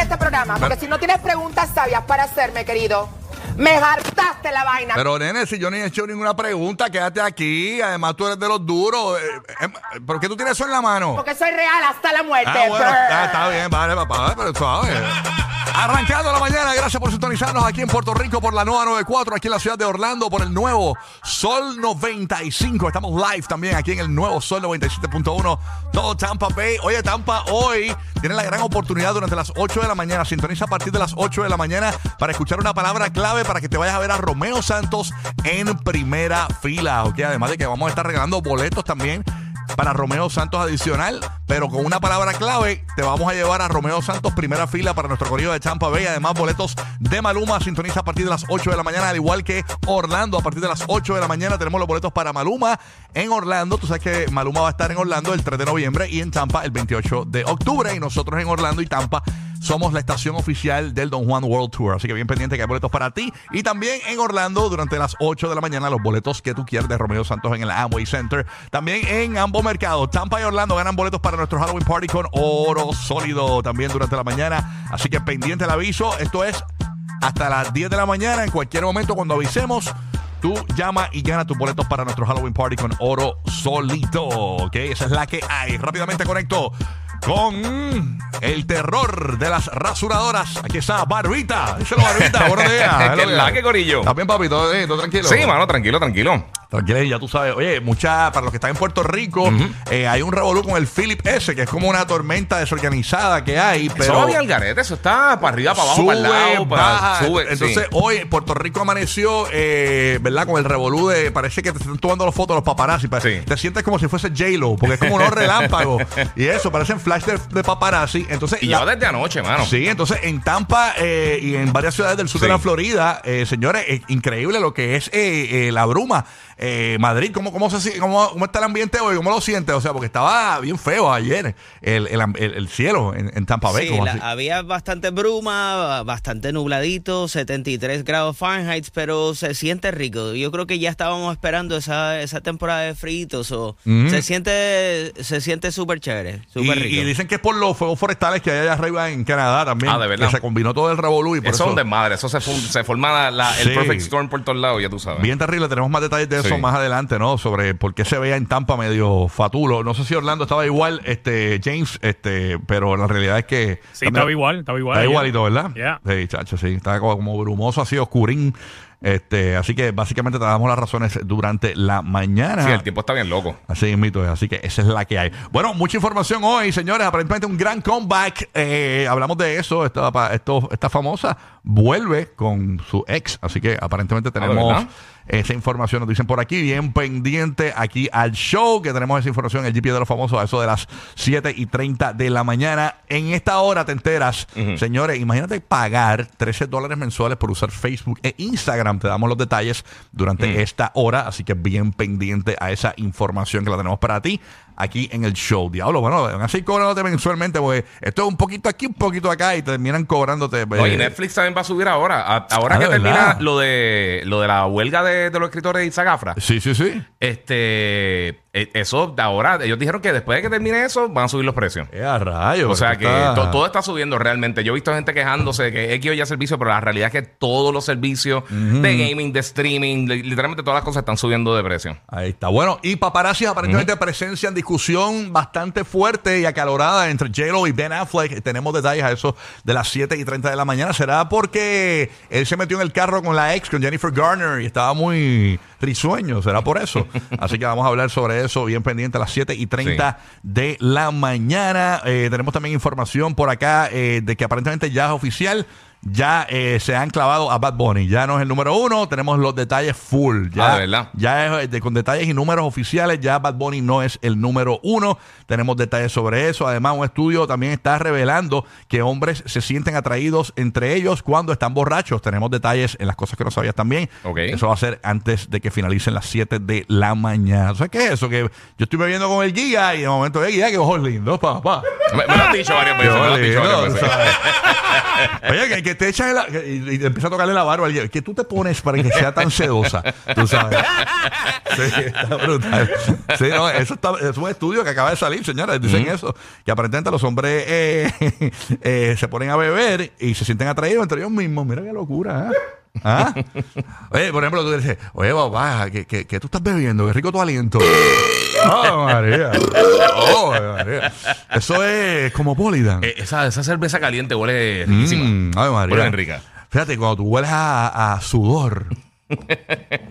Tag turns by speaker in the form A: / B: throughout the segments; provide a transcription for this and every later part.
A: este programa, porque si no tienes preguntas sabias para hacerme, querido, me hartaste la vaina.
B: Pero nene, si yo no he hecho ninguna pregunta, quédate aquí. Además, tú eres de los duros. Eh, eh, ¿Por qué tú tienes eso en la mano?
A: Porque soy real hasta la muerte.
B: Ah, bueno,
A: Brr.
B: ah, está bien, vale, papá, pero suave. Arrancando la mañana, gracias por sintonizarnos aquí en Puerto Rico por la nueva 94, aquí en la ciudad de Orlando por el nuevo Sol 95. Estamos live también aquí en el nuevo Sol 97.1, todo Tampa Bay. Oye, Tampa, hoy tiene la gran oportunidad durante las 8 de la mañana. Sintoniza a partir de las 8 de la mañana para escuchar una palabra clave para que te vayas a ver a Romeo Santos en primera fila. ¿ok? Además de que vamos a estar regalando boletos también para Romeo Santos adicional, pero con una palabra clave te vamos a llevar a Romeo Santos primera fila para nuestro corrido de Champa Bay. Además, boletos de Maluma sintoniza a partir de las 8 de la mañana, al igual que Orlando. A partir de las 8 de la mañana tenemos los boletos para Maluma en Orlando. Tú sabes que Maluma va a estar en Orlando el 3 de noviembre y en Tampa el 28 de octubre. Y nosotros en Orlando y Tampa somos la estación oficial del Don Juan World Tour. Así que bien pendiente que hay boletos para ti. Y también en Orlando durante las 8 de la mañana los boletos que tú quieres de Romeo Santos en el Amway Center. También en ambos mercados, Tampa y Orlando ganan boletos para nuestro Halloween Party con oro sólido también durante la mañana. Así que pendiente el aviso. Esto es hasta las 10 de la mañana. En cualquier momento cuando avisemos. Tú llama y gana tus boletos para nuestro Halloween Party con oro solito. Ok, esa es la que hay. Rápidamente conecto con el terror de las rasuradoras. Aquí está Barbita. Díselo, Barbita. Buenos días.
C: ¿Qué la que, corillo?
B: ¿Estás bien, papito? ¿Todo bien? ¿Todo tranquilo?
C: Sí, mano, tranquilo, tranquilo.
B: Tranquilo, ya tú sabes. Oye, mucha, para los que están en Puerto Rico, eh, hay un revolú con el Philip S, que es como una tormenta desorganizada que hay, pero
C: eso va bien al garete, eso está para arriba, para abajo,
B: sube,
C: para el pues, lado, para
B: baja.
C: sube. sí.
B: Entonces, hoy Puerto Rico amaneció, eh, ¿verdad? Con el revolú de. Parece que te están tomando las fotos los paparazzi. pa-
C: Sí.
B: Te sientes como si fuese J-Lo, porque es como unos relámpagos. y eso, parecen flash de, de paparazzi. Entonces,
C: y
B: la-
C: yo desde anoche, mano.
B: Sí, entonces en Tampa eh, y en varias ciudades del sur de
C: Sí.
B: la Florida, eh, señores, es increíble lo que es eh, eh, la bruma. Eh, Madrid, ¿cómo, cómo, se, si- cómo, cómo está el ambiente hoy? ¿Cómo lo sientes? O sea, porque estaba bien feo ayer el, el am- el- el cielo en, en Tampa Bay.
D: Sí,
B: como
D: la-
B: así.
D: había bastante bruma, bastante nubladito, 73 grados Fahrenheit, pero se siente rico. Yo creo que ya estábamos esperando esa, esa temporada de fritos. o Se siente se siente súper chévere,
B: Y,
D: súper rico.
B: y dicen que es por los fuegos forestales que hay allá arriba en Canadá también.
C: Ah, de verdad.
B: Que se combinó todo el revolú y por
C: Eso
B: eso.
C: es un desmadre, eso se, fu- se forma la- la- el
B: Sí.
C: perfect storm por todos lados, ya tú sabes.
B: Bien terrible, tenemos más detalles de eso
C: Sí.
B: más adelante, ¿no? Sobre por qué se veía en Tampa medio fatulo. No sé si Orlando estaba igual, este James, este, pero la realidad es que
E: Sí,
B: también-
E: estaba igual, estaba igual.
B: Está
E: ayer.
B: igualito, ¿verdad?
E: Ya.
B: Sí, chacho, sí. Está como, como brumoso, así, oscurín. Este, así que básicamente te damos las razones durante la mañana.
C: Sí, el tiempo está bien loco.
B: Así es, mito. Así que esa es la que hay. Bueno, mucha información hoy, señores. Aparentemente un gran comeback. Eh, hablamos de eso. Esta, pa- esto, esta famosa vuelve con su ex. Así que aparentemente tenemos
C: ¿verdad?
B: esa información. Nos dicen por aquí, bien pendiente aquí al show, que tenemos esa información. El GP de los famosos, a eso de las 7 y 30 de la mañana. En esta hora te enteras, señores. Imagínate pagar 13 dólares mensuales por usar Facebook e Instagram. Te damos los detalles durante esta hora. Así que bien pendiente a esa información que la tenemos para ti aquí en el show. Diablo, bueno, van a seguir cobrándote mensualmente, porque esto es un poquito aquí, un poquito acá y terminan cobrándote.
C: No, y
B: eh,
C: Netflix también va a subir ahora. A- ahora
B: Ah,
C: que
B: ¿de
C: termina
B: verdad?
C: lo de, lo de la huelga de, de los escritores de Izagafra,
B: Sí, sí, sí.
C: este, e- eso de ahora, ellos dijeron que después de que termine eso, van a subir los precios.
B: Eh, a rayos,
C: O sea
B: esto
C: que
B: está-
C: to- todo está subiendo realmente. Yo he visto gente quejándose de que X o Y servicio, pero la realidad es que todos los servicios de gaming, de streaming, li- literalmente todas las cosas están subiendo de precio.
B: Ahí está. Bueno, y paparazzi aparentemente presencian discusión bastante fuerte y acalorada entre J-Lo y Ben Affleck. Tenemos detalles a eso de las 7 y 30 de la mañana. ¿Será porque él se metió en el carro con la ex, con Jennifer Garner, y estaba muy risueño? ¿Será por eso? Así que vamos a hablar sobre eso bien pendiente a las 7 y 30 de la mañana. Eh, tenemos también información por acá eh, de que aparentemente ya es oficial. Ya eh, se han clavado a Bad Bunny. Ya no es el número uno. Tenemos los detalles full. Ya,
C: Ah, de verdad.
B: ya es, eh, de- con detalles y números oficiales, ya Bad Bunny no es el número uno. Tenemos detalles sobre eso. Además, un estudio también está revelando que hombres se sienten atraídos entre ellos cuando están borrachos. Tenemos detalles en las cosas que no sabías también.
C: Ok.
B: Eso va a ser antes de que finalicen las 7 de la mañana. ¿Sabes qué es eso? Que yo estoy bebiendo con el guía y de momento, eh, guía, que ojos lindos, papá.
C: Me, me lo has dicho varias
B: Qué
C: veces. me lo has dicho
B: lindo,
C: varias
B: tú
C: veces.
B: sabes. Oye, que, que te echas el, que- y, y te empieza a tocarle la barba. al- Que tú te pones para que sea tan sedosa. Tú sabes. Sí, está brutal. Sí, no, eso está, es un estudio que acaba de salir, señores. Dicen eso. Que aparentemente los hombres eh, eh, se ponen a beber y se sienten atraídos entre ellos mismos. Mira qué locura, ¿eh? ¿Ah? Oye, por ejemplo, tú dices, oye, papá, ¿qué, qué, qué tú estás bebiendo? Qué rico tu aliento. Oh, María. Oh, María. Eso es como Polidan.
C: Eh, esa, esa cerveza caliente huele riquísima.
B: Mm, ay, María.
C: Huele bien rica.
B: Fíjate, cuando tú hueles a, a sudor,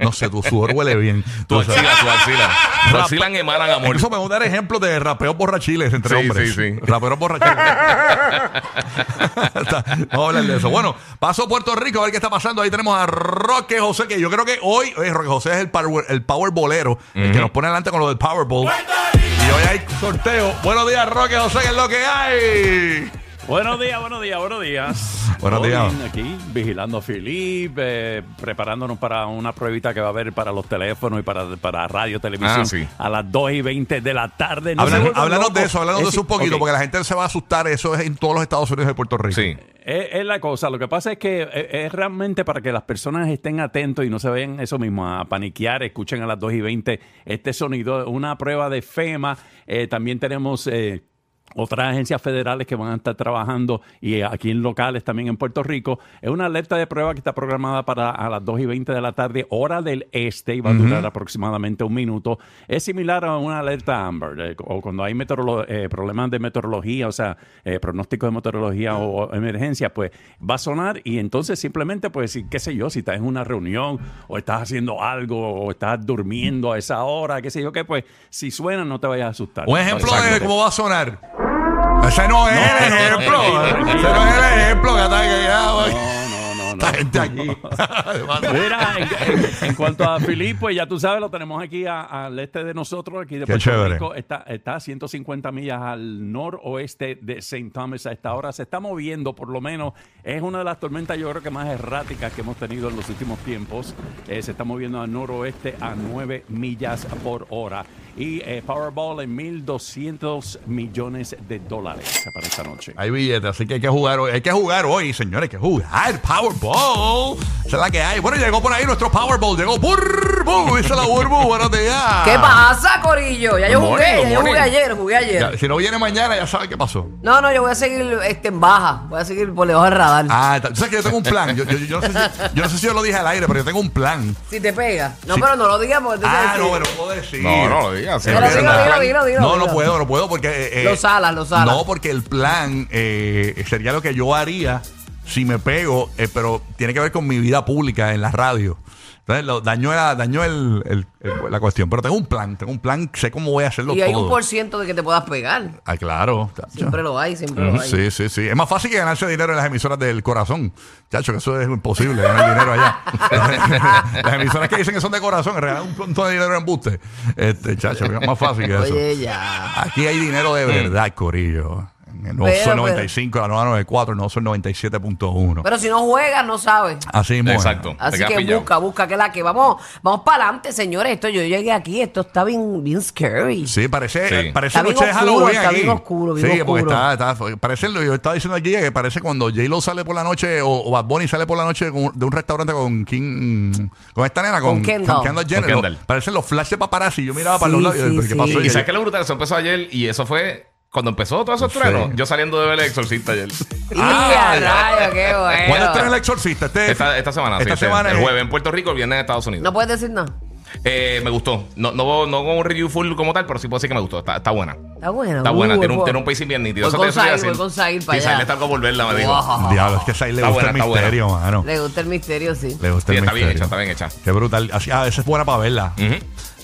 B: no sé, tu sudor huele bien. Tú
C: Tu
B: sabes.
C: axila, tu axila. Tu axila emanan amor.
B: Eso me gusta dar ejemplo de rapeos borrachiles entre
C: Sí,
B: hombres.
C: sí, sí.
B: Raperos borrachiles. Está- Vamos a hablar de eso. Bueno, paso a Puerto Rico a ver qué está pasando. Ahí tenemos a Roque José, que yo creo que hoy, oye, Roque José es el power, el power bolero, el que nos pone adelante con lo del Powerball. Y hoy hay sorteo. Buenos días, Roque José, que es lo que hay.
E: Buenos días, buenos días, buenos días.
B: Buenos
E: Todo
B: días.
E: bien Aquí vigilando a Philip, eh, preparándonos para una pruebita que va a haber para los teléfonos y para, para radio, televisión
C: Ah, sí.
E: a las 2 y 20 de la tarde. No se
B: Hablan-
E: vuelvan
B: háblanos
E: locos.
B: de eso, háblanos de
E: Es-
B: eso un poquito,
E: ok.
B: porque la gente se va a asustar. Eso es en todos los Estados Unidos y Puerto Rico.
C: Sí.
E: Es, es la cosa, lo que pasa es que eh, es realmente para que las personas estén atentos y no se vayan eso mismo a paniquear, escuchen a las 2 y 20 este sonido, una prueba de FEMA, Eh, también tenemos... eh, otras agencias federales que van a estar trabajando y eh, aquí en locales también en Puerto Rico. Es una alerta de prueba que está programada para a las 2 y 20 de la tarde, hora del este, y va a durar aproximadamente un minuto. Es similar a una alerta AMBER, eh, o cuando hay meteorolo- eh, problemas de meteorología, o sea, eh, pronósticos de meteorología o, o emergencia, pues va a sonar y entonces simplemente, pues, si- qué sé yo, si estás en una reunión o estás haciendo algo o estás durmiendo a esa hora, qué sé yo, que pues, si suena no te vayas a asustar.
B: Un ejemplo de
E: Exactamente.
B: cómo va a sonar. Ese no es el
E: no,
B: ejemplo.
E: tranquilo,
B: Ese no es el ejemplo que está que ya, güey.
E: No, no, no.
B: Esta gente aquí.
E: Mira, en, en- en cuanto a Filip, pues ya tú sabes, lo tenemos aquí a- al este de nosotros, aquí de
B: Qué
E: Puerto
B: chévere.
E: Rico. Está, está a 150 millas al noroeste de St. Thomas a esta hora. Se está moviendo, por lo menos. Es una de las tormentas, yo creo que más erráticas que hemos tenido en los últimos tiempos. Eh, se está moviendo al noroeste a 9 millas por hora. Y eh, Powerball en 1.200 millones de dólares para esta noche.
B: Hay billetes, así que hay que jugar hoy. Hay que jugar hoy, señores, hay que jugar. Powerball. Esa es la que hay. Bueno, llegó por ahí nuestro Powerball. Llegó Burbu. Dice la Burbu. Buenos días.
F: ¿Qué pasa, Corillo? Ya yo
C: Ah. Good morning,
F: jugué, ya
C: good
F: yo jugué
C: morning.
F: ayer, jugué ayer.
B: Ya, si no viene mañana, ya sabe qué pasó.
F: No, no, yo voy a seguir este, en baja, voy a seguir por debajo del radar.
B: Ah, está- tú sabes que yo tengo un plan. Yo, yo- yo- yo no sé si, yo no sé si yo lo dije al aire, pero yo tengo un plan.
F: Si te pega. No,
B: Sí.
F: pero no lo digas porque entonces...
B: Ah,
F: sí.
B: no, pero no puedo decir.
C: No, no lo digas.
B: Sí,
F: Pero
B: es
F: dilo,
B: verdad.
F: dilo, dilo, dilo,
B: no, no
F: dilo.
B: puedo, no puedo porque... eh, eh,
F: Lo salas, lo salas.
B: No, porque el plan eh, sería lo que yo haría si me pego, eh, pero tiene que ver con mi vida pública en la radio. Entonces, lo, dañó, la, dañó el- el- el- la cuestión. Pero tengo un plan, tengo un plan, sé cómo voy a hacerlo
F: Y hay un
B: todo.
F: por ciento de que te puedas pegar.
B: Ah, claro.
F: Siempre
B: chacho.
F: lo hay, siempre lo hay.
B: Sí, sí, sí. Es más fácil que ganarse dinero en las emisoras del corazón. Chacho, que eso es imposible, ganar dinero allá. las emisoras que dicen que son de corazón, regalan un montón de dinero en buste. Este, chacho, que es más fácil que eso.
F: Oye, ya. Mm.
B: Aquí hay dinero de verdad, Corillo. En el nuevo
F: Pero,
B: Sol
F: pero.
B: 95, la nueva 94, el nuevo Sol 97.1.
F: Pero si no juegas, no sabes.
B: Así mismo. es.
C: Exacto. Te
F: Así
C: quedas
F: que
C: pillado.
F: busca, busca que la que vamos, vamos para adelante, señores. Esto yo llegué aquí, esto está bien, bien scary.
B: Sí, parece,
C: Sí.
B: parece
F: Está bien
B: noche de
F: oscuro,
B: Halloween
F: está
B: aquí.
F: bien oscuro, bien
B: sí, porque
F: oscuro.
B: está, está- parece, lo- yo estaba diciendo aquí que parece cuando J-Lo sale por la noche o, o Bad Bunny sale por la noche con- de un restaurante con King, con esta nena, con,
F: Con Kendall.
B: Jenner.
C: Con Kendall.
B: Parecen los flashes paparazzi. Yo miraba para los
F: Sí,
B: lados y yo,
F: sí,
B: ¿pero ¿qué
F: sí.
B: pasó?
C: Y
B: Yo-
C: sabes que lo brutal, eso empezó ayer y eso fue cuando empezó todo esos
B: Sí.
C: truenos. Yo saliendo de ver el exorcista ayer.
F: Y
C: Ah,
F: a rayo, qué bueno.
B: ¿Cuándo estrena el exorcista? Este-
C: Esta, esta semana, sí,
B: Esta
C: este-
B: semana
C: el
B: es-
C: jueves en Puerto Rico, el viernes en Estados Unidos.
F: No puedes decir nada.
C: Eh, me gustó. No, no, no con un review full como tal, pero sí puedo decir que me gustó. Está, está buena.
F: Está buena.
C: Está buena.
F: Uh,
C: Tiene un,
F: por-
C: tiene un pacing bien nítido.
F: Voy
C: Eso
F: con
C: te eso te iba a
F: Sail,
C: decir.
F: voy con Sail para
C: Sí, Sail
F: allá.
C: está por volverla, me digo.
F: Wow.
B: Diablo, es que a Sai le
C: Está
B: gusta el
C: buena, está buena.
B: misterio, mano.
F: Le gusta el misterio, sí.
B: Le gusta
C: Sí,
B: el
C: está
B: Este
C: bien
B: misterio.
C: hecha, está bien hecha.
B: Qué brutal. Así, ah, esa es buena para verla.
C: Ujú.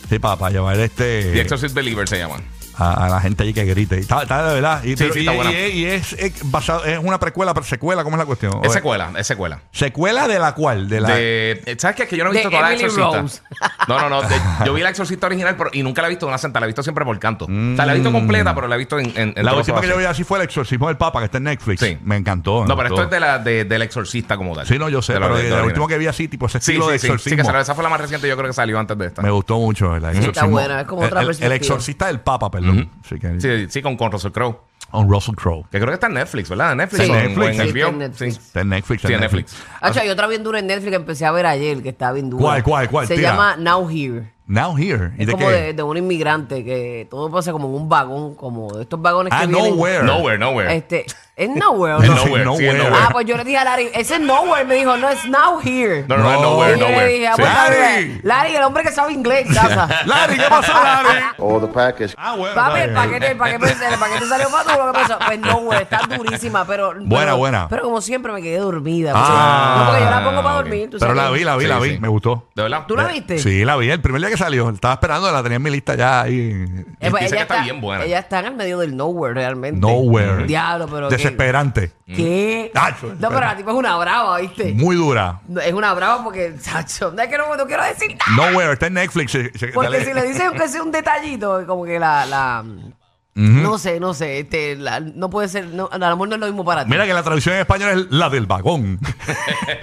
B: Sí, para, para llevar
C: The
B: este
C: Exorcist Believer se llaman.
B: a, a la gente allí que grite. Y Está, está de verdad. Y,
C: Sí,
B: pero-
C: sí,
B: y-
C: está buena.
B: y- y es, es basado, es una precuela, pre- secuela, ¿cómo es la cuestión? Oye,
C: Es secuela, es secuela.
B: ¿Secuela de la cual? De la.
C: De, eh, ¿Sabes qué? Es que yo no he
F: De
C: visto toda la
F: Emily
C: exorcista.
F: Rose.
C: No, no, no. de- yo vi la exorcista original pero- y nunca la he visto en una senta. La he visto siempre por canto. O sea, la he visto completa, pero la he visto en. en- en
B: Mm. la
C: trozos
B: última que
C: así.
B: yo vi así fue el exorcismo del Papa, que está en Netflix.
C: Sí.
B: Me encantó. me
C: No, pero esto
B: encantó.
C: es de la, de, del exorcista como tal.
B: Sí, no, yo sé,
C: De la-
B: pero
C: de-
B: de-
C: de la
B: la última
C: original.
B: que vi así, tipo ese
C: Sí,
B: estilo
C: sí,
B: de
C: sí, sí, que
B: exorcismo.
C: esa fue la más reciente, yo creo que salió antes de esta.
B: me gustó mucho el exorcismo.
F: buena, es como otra
B: El- el- El,
F: perspectiva.
B: exorcista del Papa, perdón. Sí, que-
C: Sí, sí, con, con Russell Crowe.
B: on Russell Crowe.
C: Que creo que está en Netflix, ¿verdad? En Netflix.
F: Sí.
C: o en-
B: Netflix,
C: o en
B: sí,
C: HBO.
F: está en Netflix.
C: Sí.
B: Está en Netflix.
C: Sí, en Netflix.
F: Hacho, hay otra bien dura en Netflix que empecé a ver ayer, que está bien dura.
B: Ah, ¿Cuál, cuál, cuál?
F: Se
B: Tira.
F: llama Now Here.
B: Now here. ¿Y
F: Es
B: de
F: como
B: qué?
F: de, de un inmigrante que todo pasa como en un vagón, como de estos vagones
B: Ah,
F: que vienen.
B: Nowhere.
C: Nowhere, nowhere.
F: Este, es Nowhere.
B: En Sí,
C: Nowhere,
F: ¿no?
C: sí, en
B: Nowhere.
C: Nowhere.
F: Ah, pues yo le dije a Larry, ese es Nowhere. Me dijo, no, es Now Here.
C: No, no, no, es Nowhere,
F: Y yo le
C: Nowhere.
F: dije, ah,
C: Sí.
F: pues,
B: Larry.
F: Larry. Larry, el hombre que sabe inglés, casa.
B: Larry, ¿qué pasó, Larry?
G: All Oh, the package.
B: Ah, bueno.
F: Papi, el
B: Larry.
F: paquete, el paquete, el paquete salió para tú, lo que pasó. Pues Nowhere, está durísima, pero.
B: Buena,
F: pero-
B: buena.
F: Pero como siempre me quedé dormida.
B: Ah,
F: no, porque yo la pongo para
C: ok.
F: dormir, tú
B: Pero la
F: sabes.
B: vi, la vi,
C: Sí,
B: la vi.
C: sí.
B: Me gustó.
C: ¿De verdad?
F: ¿Tú la viste?
B: Sí, la vi. El primer día que salió. Estaba esperando, la tenía en mi lista ya ahí.
F: Eh, pues,
C: Dice
F: ella
C: que está bien buena.
F: Ella está en el medio del nowhere realmente.
B: Nowhere.
F: Diablo, pero. qué-
B: Desesperante.
F: ¿Qué?
B: Ay,
F: no, pero la tipa es una brava, ¿viste?
B: Muy dura.
F: No, Es una brava porque, chacho, no es que no, no quiero decir nada.
B: Nowhere. Está en Netflix. Se- se-
F: Porque
B: dale.
F: si le dices que sea un detallito, como que la. la No sé, no sé. Este, la- no puede ser. No, el amor no es lo mismo para ti.
B: Mira que la traducción en español es la del vagón.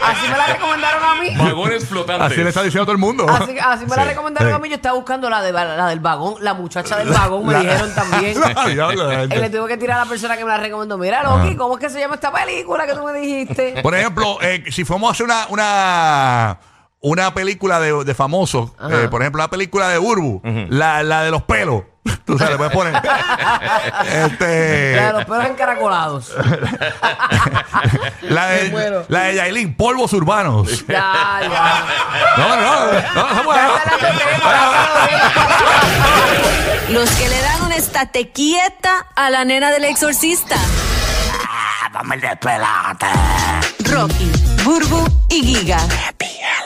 F: Así me la recomendaron a mí.
C: Vagones flotantes.
B: Así le está diciendo todo el mundo.
F: Así, así me la
B: Sí.
F: recomendaron a
B: Sí.
F: mí. Yo estaba buscando la, de, la del vagón. La muchacha del vagón me
B: La-
F: dijeron también.
B: La- diablo, la gente.
F: Y le tuve que tirar a la persona que me la recomendó. Mira, Loki, ¿cómo es que se llama esta película que tú me dijiste?
B: Por ejemplo, eh, si fuéramos a hacer una, una, una película de, de famosos, eh, por ejemplo, la película de Urbu, la, la de los pelos. Tú sabes, le puedes poner. este,
F: La de los perros encaracolados.
B: la
F: Me
B: de,
F: muero.
B: la de Yailin, polvos urbanos.
F: Ya, ya.
B: No, no, no, no, no, bueno.
F: Está hablando de tema, está hablando de tema.
H: Los que le dan una estate quieta a la nena del exorcista. Rocky, Burbu y Giga.